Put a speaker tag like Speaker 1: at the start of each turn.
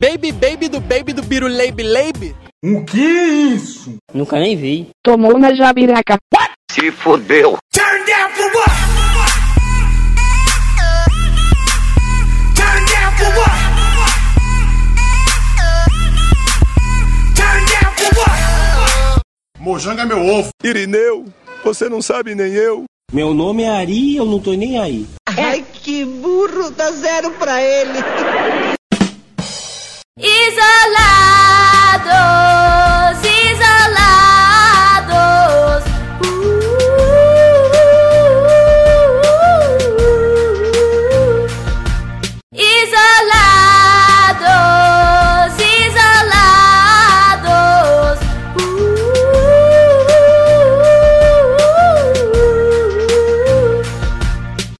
Speaker 1: Baby Baby do Baby do Biruleibe Leibe?
Speaker 2: O que é isso?
Speaker 3: Nunca nem vi.
Speaker 4: Tomou na jabiraca.
Speaker 5: Se fudeu.
Speaker 2: Turn down for what? Turn down for what? Turn down for what? Mojanga é meu ovo.
Speaker 6: Irineu, você não sabe nem eu.
Speaker 3: Meu nome é Ari e eu não tô nem aí.
Speaker 7: Ai, que burro, dá zero pra ele.
Speaker 8: Isolado.